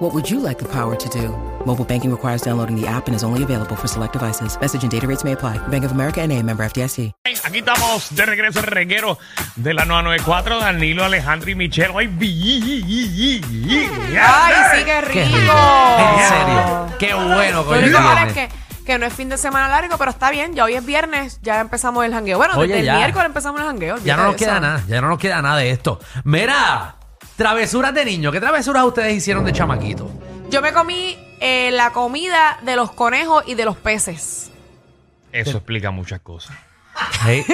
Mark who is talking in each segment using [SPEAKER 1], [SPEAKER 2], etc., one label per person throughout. [SPEAKER 1] What would you like the power to do? Mobile banking requires downloading the app and is only available for select devices. Message and data rates may apply. Bank of America and a member FDIC.
[SPEAKER 2] Aquí estamos de regreso el reguero de la 994, Danilo, Alejandro y Michelle. ¡Ay,
[SPEAKER 3] Ay, sí,
[SPEAKER 2] sí,
[SPEAKER 3] qué rico.
[SPEAKER 4] En serio. Qué bueno
[SPEAKER 3] Lo único malo es
[SPEAKER 4] que
[SPEAKER 3] que, que no es fin de semana largo, pero está bien. Ya hoy es viernes, ya empezamos el jangueo. Bueno,
[SPEAKER 4] Oye,
[SPEAKER 3] desde
[SPEAKER 4] ya.
[SPEAKER 3] el miércoles empezamos el jangueo.
[SPEAKER 4] Ya no
[SPEAKER 3] olvídate
[SPEAKER 4] nos
[SPEAKER 3] de
[SPEAKER 4] queda
[SPEAKER 3] eso.
[SPEAKER 4] nada, ya no nos queda nada de esto. Mira, travesuras de niño. ¿Qué travesuras ustedes hicieron de chamaquito?
[SPEAKER 3] Yo me comí eh, la comida de los conejos y de los peces.
[SPEAKER 2] Eso explica muchas cosas.
[SPEAKER 4] Sí.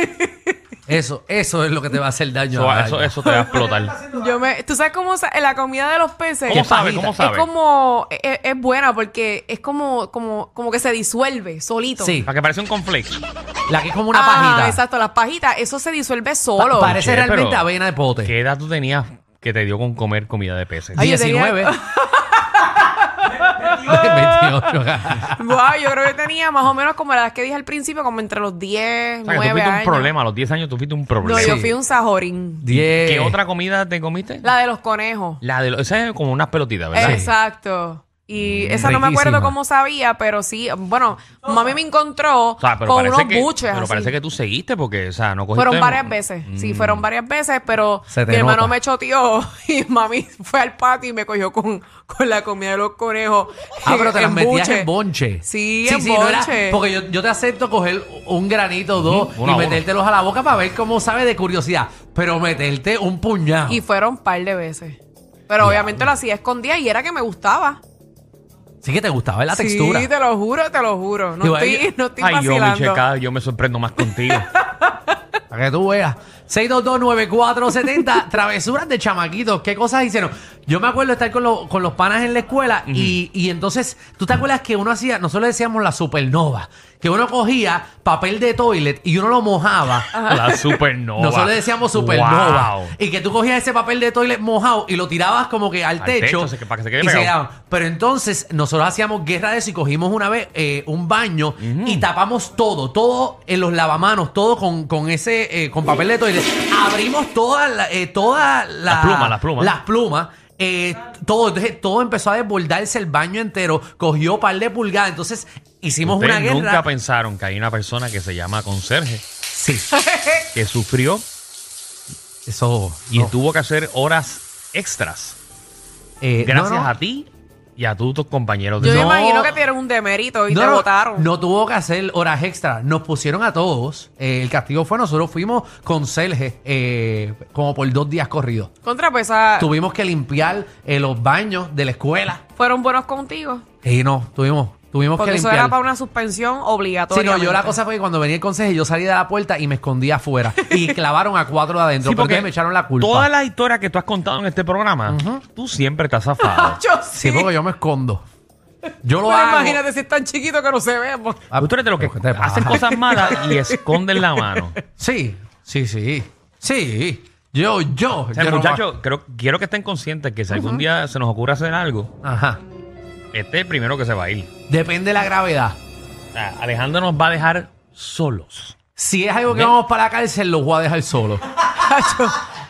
[SPEAKER 4] Eso, eso es lo que te va a hacer daño.
[SPEAKER 2] Eso,
[SPEAKER 4] a la
[SPEAKER 2] eso,
[SPEAKER 4] larga.
[SPEAKER 2] eso te va a explotar.
[SPEAKER 3] Yo me, ¿Tú sabes cómo sa- la comida de los peces?
[SPEAKER 2] ¿Cómo
[SPEAKER 4] Qué
[SPEAKER 2] sabe?
[SPEAKER 4] pajita.
[SPEAKER 2] ¿Cómo
[SPEAKER 3] es
[SPEAKER 2] sabe?
[SPEAKER 3] como es, es buena porque es como, como como que se disuelve solito.
[SPEAKER 4] Sí,
[SPEAKER 2] Para que parece un conflicto.
[SPEAKER 4] la que es como una
[SPEAKER 3] Ah,
[SPEAKER 4] pajita.
[SPEAKER 3] exacto, las pajitas, eso se disuelve
[SPEAKER 4] Pa-
[SPEAKER 3] solo.
[SPEAKER 4] parece
[SPEAKER 2] Che,
[SPEAKER 4] realmente
[SPEAKER 2] pero-
[SPEAKER 4] avena de pote.
[SPEAKER 2] ¿Qué edad tú tenías que te dio con comer comida de peces?
[SPEAKER 3] Ay, yo tenía-
[SPEAKER 4] 19. 28.
[SPEAKER 3] Guau, yo creo que tenía más o menos como la edad que dije al principio, como entre los 10,
[SPEAKER 2] O sea, que tú
[SPEAKER 3] 9
[SPEAKER 2] fuiste un
[SPEAKER 3] años.
[SPEAKER 2] problema. A los 10 años tú fuiste un problema.
[SPEAKER 3] No, yo
[SPEAKER 4] Sí.
[SPEAKER 3] fui un sajorín.
[SPEAKER 4] 10.
[SPEAKER 2] ¿Qué otra comida te comiste?
[SPEAKER 3] La de los conejos.
[SPEAKER 2] La de los... Esa es como unas pelotitas, ¿verdad?
[SPEAKER 3] Exacto. Y esa no me
[SPEAKER 4] Mm, riquísima.
[SPEAKER 3] acuerdo cómo sabía, pero sí, bueno, mami me encontró
[SPEAKER 2] O sea, pero
[SPEAKER 3] con
[SPEAKER 2] parece
[SPEAKER 3] unos
[SPEAKER 2] que,
[SPEAKER 3] buches.
[SPEAKER 2] pero
[SPEAKER 3] así.
[SPEAKER 2] parece que tú seguiste porque, o sea, no cogiste...
[SPEAKER 3] Fueron varias veces, sí, fueron varias veces, pero
[SPEAKER 4] Mm. Se te
[SPEAKER 3] mi hermano
[SPEAKER 4] nota.
[SPEAKER 3] me choteó y mami fue al patio y me cogió con, con la comida de los conejos.
[SPEAKER 4] Ah, pero te
[SPEAKER 3] en
[SPEAKER 4] las metías
[SPEAKER 3] buche.
[SPEAKER 4] en bonche.
[SPEAKER 3] Sí, en
[SPEAKER 4] no era-
[SPEAKER 3] bonche.
[SPEAKER 4] porque yo, yo te acepto coger un granito, dos,
[SPEAKER 2] Ujú, una
[SPEAKER 4] y
[SPEAKER 2] bola.
[SPEAKER 4] metértelos a la boca para ver cómo sabe de curiosidad. Pero meterte un puñado.
[SPEAKER 3] Y fueron un par de veces. Pero obviamente lo hacía escondida y era que me gustaba.
[SPEAKER 4] Sí que te gustaba la textura.
[SPEAKER 3] Sí, te lo juro, te lo juro. No
[SPEAKER 4] Digo,
[SPEAKER 3] estoy,
[SPEAKER 4] ahí-
[SPEAKER 3] no estoy
[SPEAKER 2] Ay, yo,
[SPEAKER 3] vacilando.
[SPEAKER 2] Michelle, cada- yo me sorprendo más contigo.
[SPEAKER 4] Para que tú veas. 6229470, travesuras de chamaquitos, qué cosas hicieron. Yo me acuerdo estar con, los- con los panas en la escuela y, y entonces, ¿tú te acuerdas que uno hacía, nosotros le decíamos la supernova, que uno cogía papel de toilet y uno lo mojaba?
[SPEAKER 3] Ah.
[SPEAKER 2] La supernova.
[SPEAKER 4] Nosotros le decíamos supernova.
[SPEAKER 2] Wow.
[SPEAKER 4] Y que tú cogías ese papel de toilet mojado y lo tirabas como que al,
[SPEAKER 2] Al techo,
[SPEAKER 4] techo.
[SPEAKER 2] se- para que se quede
[SPEAKER 4] y
[SPEAKER 2] pegado.
[SPEAKER 4] quedaban. Pero entonces nosotros hacíamos guerra de eso y cogimos una vez eh, un baño y tapamos todo, todo en los lavamanos, todo con, con ese, eh, con papel de toilet. Abrimos todas la, eh, toda la-
[SPEAKER 2] Las plumas, las plumas.
[SPEAKER 4] Las plumas. eh, todo, entonces todo empezó a desbordarse el baño entero, cogió par de pulgadas, entonces hicimos
[SPEAKER 2] Ustedes
[SPEAKER 4] una guerra.
[SPEAKER 2] nunca pensaron que hay una persona que se llama conserje
[SPEAKER 4] sí,
[SPEAKER 2] que sufrió
[SPEAKER 4] eso.
[SPEAKER 2] y
[SPEAKER 4] no.
[SPEAKER 2] tuvo que hacer horas extras
[SPEAKER 4] Eh, no,
[SPEAKER 2] gracias
[SPEAKER 4] no.
[SPEAKER 2] a ti y a tus tus compañeros de
[SPEAKER 3] Yo me
[SPEAKER 2] trabajo.
[SPEAKER 3] imagino que tienes un demerito y
[SPEAKER 4] no,
[SPEAKER 3] te
[SPEAKER 4] no,
[SPEAKER 3] votaron.
[SPEAKER 4] No tuvo que hacer horas extra. Nos pusieron a todos. Eh, el castigo fue nosotros fuimos con Serge eh, como por dos días corridos.
[SPEAKER 3] Contrapesa,
[SPEAKER 4] Tuvimos que limpiar eh, los baños de la escuela.
[SPEAKER 3] fueron buenos contigo.
[SPEAKER 4] Y no, tuvimos, tuvimos que
[SPEAKER 3] Porque eso
[SPEAKER 4] limpiar.
[SPEAKER 3] era para una suspensión
[SPEAKER 4] Sí,
[SPEAKER 3] obligatoria.
[SPEAKER 4] no, yo la cosa fue que cuando venía el consejo yo salí de la puerta y me escondía afuera. Y clavaron a cuatro de adentro.
[SPEAKER 2] Sí,
[SPEAKER 4] porque me echaron la culpa.
[SPEAKER 2] Todas las historias que tú has contado en este programa, tú siempre te has zafado.
[SPEAKER 3] Yo sí.
[SPEAKER 4] Sí, porque yo me escondo. Yo lo
[SPEAKER 3] Pero
[SPEAKER 4] hago.
[SPEAKER 3] imagínate si es tan chiquito que no se ve. pues.
[SPEAKER 4] Ah,
[SPEAKER 2] Tú eres de los que
[SPEAKER 4] ¿qué te
[SPEAKER 2] hacen
[SPEAKER 4] pasa?
[SPEAKER 2] cosas malas y esconden la mano.
[SPEAKER 4] Sí, sí, sí. Sí. Yo, yo.
[SPEAKER 2] O sea,
[SPEAKER 4] yo no-
[SPEAKER 2] muchachos, creo, quiero que estén conscientes que si algún día se nos ocurre hacer algo,
[SPEAKER 4] Ajá.
[SPEAKER 2] este es el primero que se va a ir.
[SPEAKER 4] Depende de la gravedad.
[SPEAKER 2] O sea, Alejandro nos va a dejar solos.
[SPEAKER 4] Si es algo que
[SPEAKER 2] Ve.
[SPEAKER 4] vamos para la cárcel, los voy a dejar solo.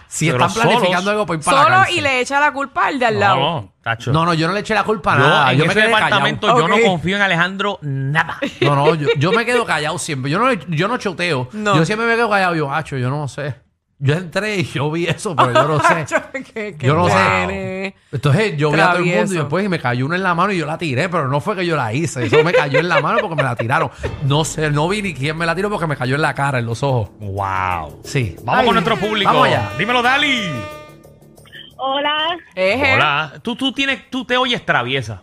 [SPEAKER 4] si
[SPEAKER 2] Pero
[SPEAKER 4] están planificando
[SPEAKER 2] solos.
[SPEAKER 4] algo, pues para la
[SPEAKER 3] Solo
[SPEAKER 4] cárcel.
[SPEAKER 3] y le echa la culpa al de al lado.
[SPEAKER 2] No, no, tacho.
[SPEAKER 4] No, no, yo no le eché la culpa a
[SPEAKER 2] Yo,
[SPEAKER 4] nada.
[SPEAKER 2] en
[SPEAKER 4] Yo me
[SPEAKER 2] ese
[SPEAKER 4] quedé
[SPEAKER 2] departamento
[SPEAKER 4] callado.
[SPEAKER 2] yo no
[SPEAKER 3] Ok.
[SPEAKER 2] confío en Alejandro nada.
[SPEAKER 4] No, no, yo, yo me quedo callado siempre. Yo no, le- yo no choteo.
[SPEAKER 3] No.
[SPEAKER 4] Yo siempre me quedo callado. Yo, hacho, yo no sé. Yo entré y yo vi eso, pero yo no sé.
[SPEAKER 3] Qué- qué
[SPEAKER 4] Yo no sé.
[SPEAKER 3] nene.
[SPEAKER 4] Entonces yo vi a todo el mundo
[SPEAKER 3] Travieso.
[SPEAKER 4] y después y me cayó una en la mano y yo la tiré, pero no fue que yo la hice. Eso me cayó en la mano porque me la tiraron. No sé, no vi ni quién me la tiró porque me cayó en la cara, en los ojos.
[SPEAKER 2] Wow.
[SPEAKER 4] Sí.
[SPEAKER 2] Vamos
[SPEAKER 4] Ay,
[SPEAKER 2] con nuestro público.
[SPEAKER 4] Vamos allá.
[SPEAKER 2] Dímelo, Dali.
[SPEAKER 5] Hola,
[SPEAKER 3] Eje.
[SPEAKER 2] Hola. Tú, tú, tienes, tú te oyes traviesa.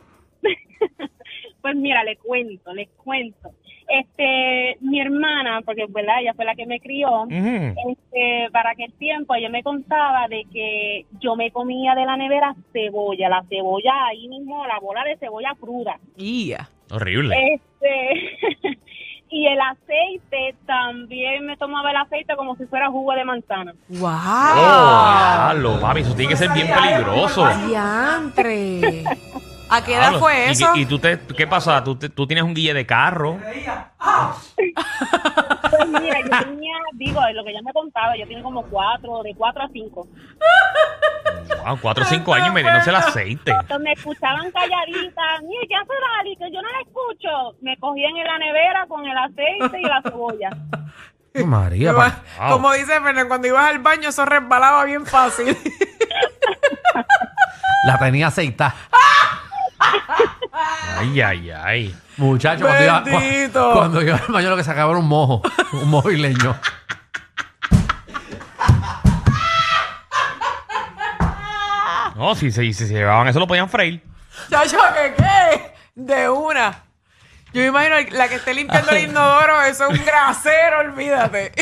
[SPEAKER 5] pues mira, les cuento, les cuento. Este, mi hermana, porque ¿verdad? ella fue la que me crió,
[SPEAKER 2] Ujú.
[SPEAKER 5] este, para aquel tiempo ella me contaba de que yo me comía de la nevera cebolla, la cebolla ahí mismo, la bola de cebolla cruda.
[SPEAKER 4] Eh,
[SPEAKER 3] Ya.
[SPEAKER 2] Horrible.
[SPEAKER 5] Este, Y el aceite, también me tomaba el aceite como si fuera jugo de manzana.
[SPEAKER 4] Oh, ah.
[SPEAKER 3] ¡Wow!
[SPEAKER 2] Oh, diablo, papi, eso tiene que ser bien peligroso.
[SPEAKER 3] ¡Diantre! ¿A qué edad
[SPEAKER 2] Diablo,
[SPEAKER 3] fue
[SPEAKER 2] y-
[SPEAKER 3] eso?
[SPEAKER 2] ¿Y, tú te, qué pasa? ¿Tú, te- tú tienes un guille de carro.
[SPEAKER 5] Pues mira, yo tenía, digo, lo que ya me contaba, yo tenía como cuatro, de cuatro a cinco.
[SPEAKER 2] Wow, cuatro o cinco años metiéndose el aceite.
[SPEAKER 5] Entonces me escuchaban calladita. Mire, ¿qué hace Dali? Que yo no la escucho. Me cogían en la nevera con el aceite y la cebolla.
[SPEAKER 4] María, pa-
[SPEAKER 2] wow.
[SPEAKER 3] Como dice Fernando, cuando ibas al baño eso resbalaba bien fácil.
[SPEAKER 4] la tenía aceita.
[SPEAKER 2] Ay, ay, ay.
[SPEAKER 4] Muchacho, cuando iba,
[SPEAKER 3] Bendito.
[SPEAKER 4] cua- cuando iba al baño lo que sacaba era un mojo, un mojo y leño.
[SPEAKER 2] No, si se, si se llevaban eso lo podían freír.
[SPEAKER 3] Chacho, ¿qué qué? De una. Yo me imagino el- la que esté limpiando el inodoro, eso es un grasero, olvídate.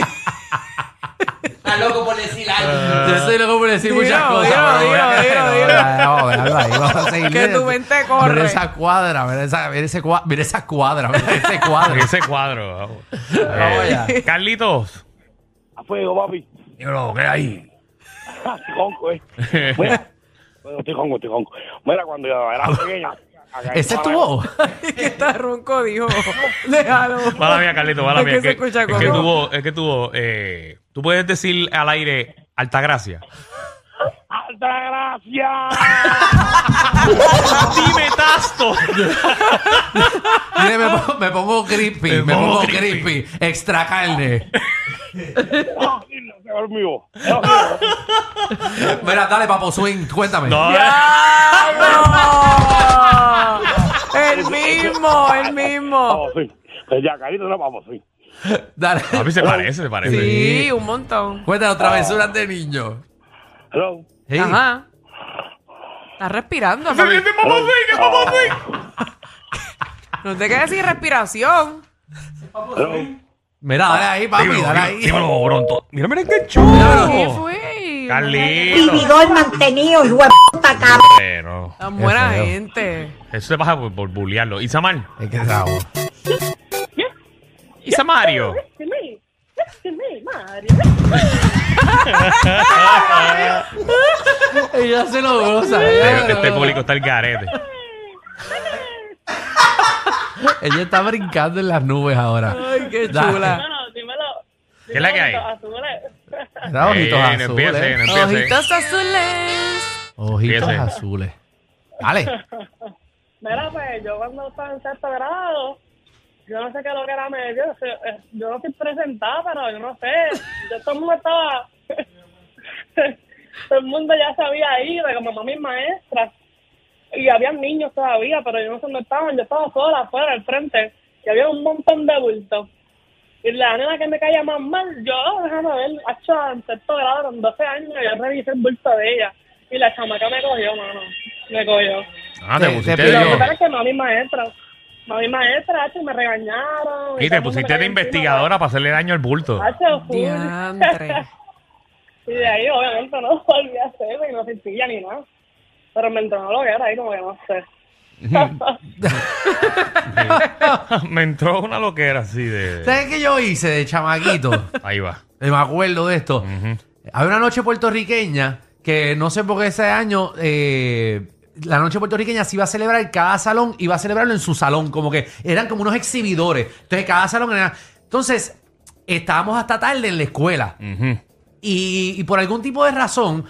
[SPEAKER 6] Está loco por decir algo.
[SPEAKER 4] Yo estoy loco por decir
[SPEAKER 3] Dilo,
[SPEAKER 4] muchas cosas.
[SPEAKER 3] dilo,
[SPEAKER 4] pero voy a-
[SPEAKER 3] dilo, dilo,
[SPEAKER 4] no,
[SPEAKER 3] dilo.
[SPEAKER 4] no, no, déjalo ahí, vamos a seguir.
[SPEAKER 3] Que tu mente corre.
[SPEAKER 4] Mira esa cuadra, mira esa, mira ese cua- mira esa cuadra, mira ese cuadro.
[SPEAKER 2] Ese cuadro. Eh, Carlitos.
[SPEAKER 7] A fuego, papi.
[SPEAKER 2] Dímelo, ¿qué hay?
[SPEAKER 7] Estoy conco, eh. Mira, bueno, estoy conco, estoy conco. Mira, cuando yo era pequeña... acá-
[SPEAKER 4] ¿Ese es tu voz?
[SPEAKER 3] que está ronco, dijo. Déjalo.
[SPEAKER 2] Mala mía, Carlitos, mala
[SPEAKER 3] Es
[SPEAKER 2] mía.
[SPEAKER 3] que se
[SPEAKER 2] Es que,
[SPEAKER 3] escucha
[SPEAKER 2] es que
[SPEAKER 3] como-
[SPEAKER 2] tuvo, es que tuvo, eh, tú puedes decir al aire Altagracia.
[SPEAKER 7] ¡Alta gracia!
[SPEAKER 2] ¡Dime tasto!
[SPEAKER 4] Mire, me, pongo- me pongo creepy,
[SPEAKER 2] Me
[SPEAKER 4] me,
[SPEAKER 2] pongo
[SPEAKER 4] pongo
[SPEAKER 2] creepy.
[SPEAKER 4] creepy. Extra carne.
[SPEAKER 7] No, se dormió. Se dormió.
[SPEAKER 4] Mira, dale, papo swing, cuéntame.
[SPEAKER 2] No,
[SPEAKER 3] ¡Diablo! El mismo, el mismo.
[SPEAKER 7] Vamos, sí. Pues ya, carito, no, vamos, sí.
[SPEAKER 4] Dale.
[SPEAKER 2] a mí eh. se parece, se parece.
[SPEAKER 3] Sí, un montón.
[SPEAKER 4] Cuéntanos travesuras de niño.
[SPEAKER 7] Hello.
[SPEAKER 4] Sí.
[SPEAKER 3] Ajá. Está respirando,
[SPEAKER 2] ¡Qué
[SPEAKER 3] mami.
[SPEAKER 2] papá swing, qué papá swing!
[SPEAKER 3] No te quedes sin respiración.
[SPEAKER 7] Hello.
[SPEAKER 4] Mira, dale ahí, papi,
[SPEAKER 2] Dímelo,
[SPEAKER 4] dale
[SPEAKER 2] dímelo,
[SPEAKER 4] ahí.
[SPEAKER 2] dímelo, Bronto. Mira, mira qué
[SPEAKER 3] ¿Qué
[SPEAKER 2] chulo.
[SPEAKER 3] fue?
[SPEAKER 8] Y
[SPEAKER 2] Carlitos.
[SPEAKER 8] vigor mantenido, hijo de puta, cabrón.
[SPEAKER 2] Bueno,
[SPEAKER 3] Tan buena
[SPEAKER 4] Qué feo.
[SPEAKER 3] gente.
[SPEAKER 2] eso te pasa por, por bullearlo. Isamar.
[SPEAKER 4] Es que bravo.
[SPEAKER 2] Isamario.
[SPEAKER 5] Sí, sí, sí, madre.
[SPEAKER 4] Ella se lo goza. eh.
[SPEAKER 2] Este,
[SPEAKER 4] Ella,
[SPEAKER 2] este público está el garete.
[SPEAKER 4] ella está brincando en las nubes ahora.
[SPEAKER 3] Ay, qué
[SPEAKER 4] Dale.
[SPEAKER 3] chula.
[SPEAKER 5] Bueno, dímelo.
[SPEAKER 2] ¿Qué es la que hay?
[SPEAKER 5] Azules.
[SPEAKER 4] Era ojitos
[SPEAKER 2] Eh,
[SPEAKER 4] azules.
[SPEAKER 2] no empiece, no empiece.
[SPEAKER 3] Ojitos azules.
[SPEAKER 4] Ojitos
[SPEAKER 2] Empiece.
[SPEAKER 4] azules. Dale.
[SPEAKER 5] Mira, pues yo cuando estaba en sexto grado, yo no sé qué es lo que era medio, o sea, eh, yo no estoy presentada, pero yo no sé, yo todo el mundo estaba, todo el mundo ya sabía ahí, de como mamá mis maestras, y había niños todavía, pero yo no sé dónde estaban, yo estaba sola afuera, al frente, y había un montón de bultos. Y la nena que me caía más mal, yo, "Ah, déjame ver, hecho en sexto grado, con 12 años, yo revisé el bulto de ella, y la chamaca me cogió, mano, me cogió.
[SPEAKER 2] Ah, te
[SPEAKER 4] Te- te
[SPEAKER 2] pusiste
[SPEAKER 4] pidió.
[SPEAKER 5] Pero lo que
[SPEAKER 2] de,
[SPEAKER 5] pasa es que mami maestra. Mami maestra, hacho, y me regañaron.
[SPEAKER 2] y te pusiste de investigadora para hacerle daño al bulto.
[SPEAKER 5] Hacho, full.
[SPEAKER 3] Diantre.
[SPEAKER 5] Y de ahí, obviamente, no volví a hacerlo y no sentía ni nada. Pero me entró lo que era ahí, como que no sé.
[SPEAKER 2] Me entró una loquera así de...
[SPEAKER 4] ¿Sabes qué yo hice de chamaquito?
[SPEAKER 2] Ahí va.
[SPEAKER 4] Eh, Me acuerdo de esto. Hay una noche puertorriqueña que no sé por qué ese año eh, la noche puertorriqueña se iba a celebrar, cada salón iba a celebrarlo en su salón, como que eran como unos exhibidores. Entonces, cada salón era... Entonces, estábamos hasta tarde en la escuela
[SPEAKER 2] Ujú.
[SPEAKER 4] y, y por algún tipo de razón,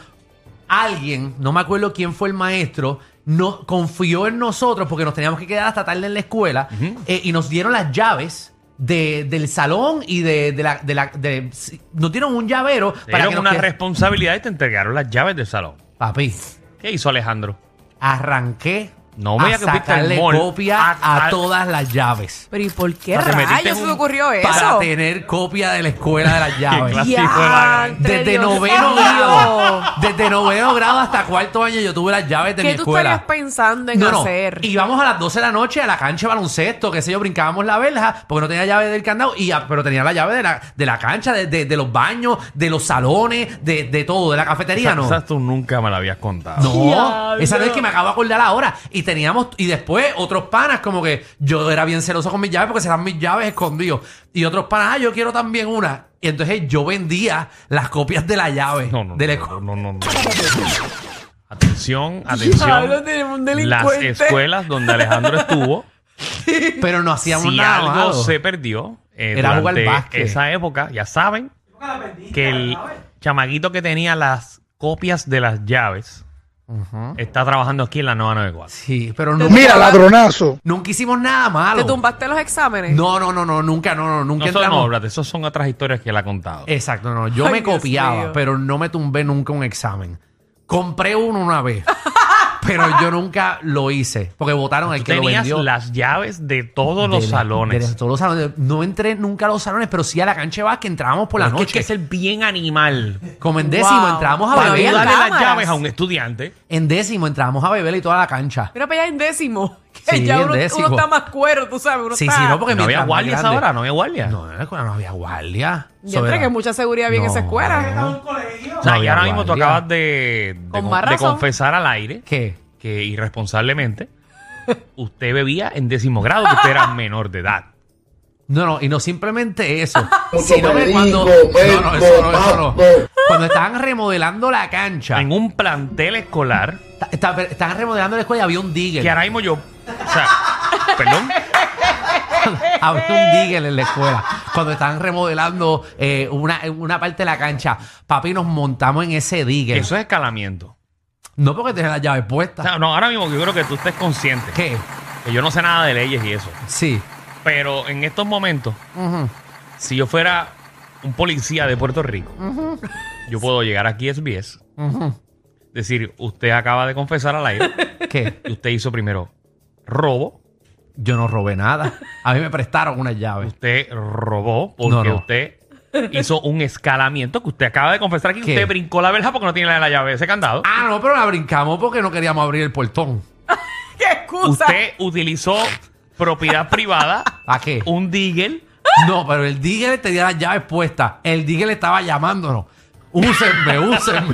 [SPEAKER 4] alguien, no me acuerdo quién fue el maestro, no, confió en nosotros porque nos teníamos que quedar hasta tarde en la escuela eh, y nos dieron las llaves. de- del salón y de, de la... De la- de- sí, nos dieron un llavero
[SPEAKER 2] Te dieron
[SPEAKER 4] nos
[SPEAKER 2] una
[SPEAKER 4] qued-
[SPEAKER 2] responsabilidad y te entregaron las llaves del salón.
[SPEAKER 4] Papi,
[SPEAKER 2] ¿Qué hizo Alejandro?
[SPEAKER 4] arranqué
[SPEAKER 2] No me
[SPEAKER 4] a
[SPEAKER 2] digas que fuiste al
[SPEAKER 4] sacarle
[SPEAKER 2] mall.
[SPEAKER 4] copia
[SPEAKER 2] A-
[SPEAKER 4] a,
[SPEAKER 2] a-
[SPEAKER 4] todas las llaves.
[SPEAKER 3] Pero ¿y por qué
[SPEAKER 2] O sea, te metiste
[SPEAKER 3] rayos
[SPEAKER 2] en
[SPEAKER 3] se
[SPEAKER 2] un-
[SPEAKER 3] te ocurrió
[SPEAKER 4] Para
[SPEAKER 3] eso?
[SPEAKER 4] tener copia de la escuela de las llaves.
[SPEAKER 2] clase- Así fue la-
[SPEAKER 3] Diantre,
[SPEAKER 4] Desde
[SPEAKER 3] Dios
[SPEAKER 4] noveno
[SPEAKER 3] mío.
[SPEAKER 4] grado. Desde noveno grado hasta cuarto año yo tuve las llaves de mi
[SPEAKER 3] ¿Qué tú
[SPEAKER 4] escuela.
[SPEAKER 3] estarías pensando en
[SPEAKER 4] No, no.
[SPEAKER 3] hacer?
[SPEAKER 4] Íbamos a las 12 de la noche a la cancha de baloncesto, qué sé yo, brincábamos la verja, porque no tenía llave del candado, y a- pero tenía la llave de la, de la cancha, de, de- de los baños, de los salones, de, de todo, de la cafetería,
[SPEAKER 2] Esa-
[SPEAKER 4] ¿no?
[SPEAKER 2] esa tú nunca me la habías contado.
[SPEAKER 4] No, esa no es que me acabo de acordar ahora. Y y teníamos, y después otros panas, como que yo era bien celoso con mis llaves porque se eran mis llaves escondidos. Y otros panas, ah, yo quiero también una. Y entonces yo vendía las copias de la llave.
[SPEAKER 2] No, no,
[SPEAKER 4] del
[SPEAKER 2] no,
[SPEAKER 4] esco-
[SPEAKER 2] no, no, no, no. Atención,
[SPEAKER 3] Diablo,
[SPEAKER 2] atención.
[SPEAKER 3] tenemos un
[SPEAKER 2] Las
[SPEAKER 3] delincuente.
[SPEAKER 2] escuelas donde Alejandro estuvo,
[SPEAKER 4] Pero no hacíamos
[SPEAKER 2] si
[SPEAKER 4] nada.
[SPEAKER 2] algo
[SPEAKER 4] malo.
[SPEAKER 2] se perdió eh,
[SPEAKER 4] Era jugar
[SPEAKER 2] durante
[SPEAKER 4] básquet.
[SPEAKER 2] esa época, ya saben que el chamaguito que tenía las copias de las llaves está trabajando aquí en la 994.
[SPEAKER 4] Sí, pero nunca,
[SPEAKER 9] Mira, ladronazo.
[SPEAKER 4] nunca hicimos nada malo.
[SPEAKER 3] ¿Te tumbaste los exámenes?
[SPEAKER 4] No, no, no, no, nunca, no, no,
[SPEAKER 2] No
[SPEAKER 4] nunca
[SPEAKER 2] son
[SPEAKER 4] entramos.
[SPEAKER 2] obras, esas son otras historias que él ha contado.
[SPEAKER 4] Exacto, no, yo
[SPEAKER 3] Ay,
[SPEAKER 4] me
[SPEAKER 3] Dios
[SPEAKER 4] copiaba,
[SPEAKER 3] mío.
[SPEAKER 4] pero no me tumbé nunca un examen. Compré uno una vez, pero yo nunca lo hice, porque votaron al
[SPEAKER 2] Tú
[SPEAKER 4] que lo
[SPEAKER 2] tenías
[SPEAKER 4] vendió.
[SPEAKER 2] las llaves de todos
[SPEAKER 4] De
[SPEAKER 2] los
[SPEAKER 4] la-
[SPEAKER 2] salones.
[SPEAKER 4] de todos los salones. No entré nunca a los salones, pero sí a la cancha de básquet entrábamos por la
[SPEAKER 2] Es que-
[SPEAKER 4] noche.
[SPEAKER 2] Es que es el bien animal.
[SPEAKER 4] Como en décimo
[SPEAKER 3] Wow.
[SPEAKER 4] entrábamos a
[SPEAKER 3] Para
[SPEAKER 2] Para tú
[SPEAKER 4] beber.
[SPEAKER 3] había
[SPEAKER 2] darle las
[SPEAKER 3] cámaras.
[SPEAKER 2] llaves a un estudiante.
[SPEAKER 4] En décimo entrábamos a beber y toda la cancha.
[SPEAKER 3] Mira para allá en décimo. Que
[SPEAKER 4] Sí,
[SPEAKER 3] ya
[SPEAKER 4] en
[SPEAKER 3] uno, uno
[SPEAKER 4] décimo.
[SPEAKER 3] está más cuero, tú sabes. Uno
[SPEAKER 4] Sí,
[SPEAKER 3] está...
[SPEAKER 4] sí, no, porque
[SPEAKER 2] no había
[SPEAKER 4] mientras más
[SPEAKER 2] guardias
[SPEAKER 4] grande-
[SPEAKER 2] ahora, no había guardias.
[SPEAKER 4] No, en la escuela no había guardia.
[SPEAKER 3] Ya entra que mucha seguridad había en esa escuela.
[SPEAKER 2] O sea, y
[SPEAKER 4] había
[SPEAKER 2] ahora mismo tú
[SPEAKER 4] guardia.
[SPEAKER 2] acabas de, de,
[SPEAKER 3] Con
[SPEAKER 2] con-
[SPEAKER 3] más
[SPEAKER 2] de
[SPEAKER 3] razón.
[SPEAKER 2] confesar al aire
[SPEAKER 4] ¿Qué?
[SPEAKER 2] que irresponsablemente usted bebía en décimo grado, que usted era menor de edad.
[SPEAKER 4] No, no, y no simplemente eso. sino que cuando. no, no, eso no, eso no. Cuando estaban remodelando la cancha.
[SPEAKER 2] En un plantel escolar,
[SPEAKER 4] ta- esta- Estaban remodelando la escuela y había un digger.
[SPEAKER 2] que ahora mismo yo. O sea, perdón.
[SPEAKER 4] Había un digger en la escuela. Cuando estaban remodelando eh, una, una parte de la cancha. Papi, nos montamos en ese digger.
[SPEAKER 2] Eso es escalamiento.
[SPEAKER 4] No porque tenía las llaves
[SPEAKER 2] O
[SPEAKER 4] puestas.
[SPEAKER 2] sea, no, ahora mismo yo creo que tú estés consciente.
[SPEAKER 4] ¿Qué?
[SPEAKER 2] Que yo no sé nada de leyes y eso.
[SPEAKER 4] Sí.
[SPEAKER 2] Pero en estos momentos,
[SPEAKER 4] Ujú.
[SPEAKER 2] si yo fuera un policía de Puerto Rico, yo puedo llegar aquí a SBS, decir, usted acaba de confesar al aire
[SPEAKER 4] ¿Qué?
[SPEAKER 2] que usted hizo primero robo,
[SPEAKER 4] Yo no robé nada. A mí me prestaron unas llaves.
[SPEAKER 2] usted robó porque
[SPEAKER 4] Pues. No, no.
[SPEAKER 2] usted hizo un escalamiento que usted acaba de confesar aquí, que
[SPEAKER 4] ¿Qué?
[SPEAKER 2] usted brincó la verja porque no tiene la, la llave de ese candado.
[SPEAKER 4] Ah, no, pero la brincamos porque no queríamos abrir el portón.
[SPEAKER 3] ¡Qué excusa!
[SPEAKER 2] usted utilizó propiedad privada,
[SPEAKER 4] ¿A qué?
[SPEAKER 2] un digger.
[SPEAKER 4] No, pero el Digger tenía las llaves puestas. El Digger estaba llamándonos. Úsenme, úsenme.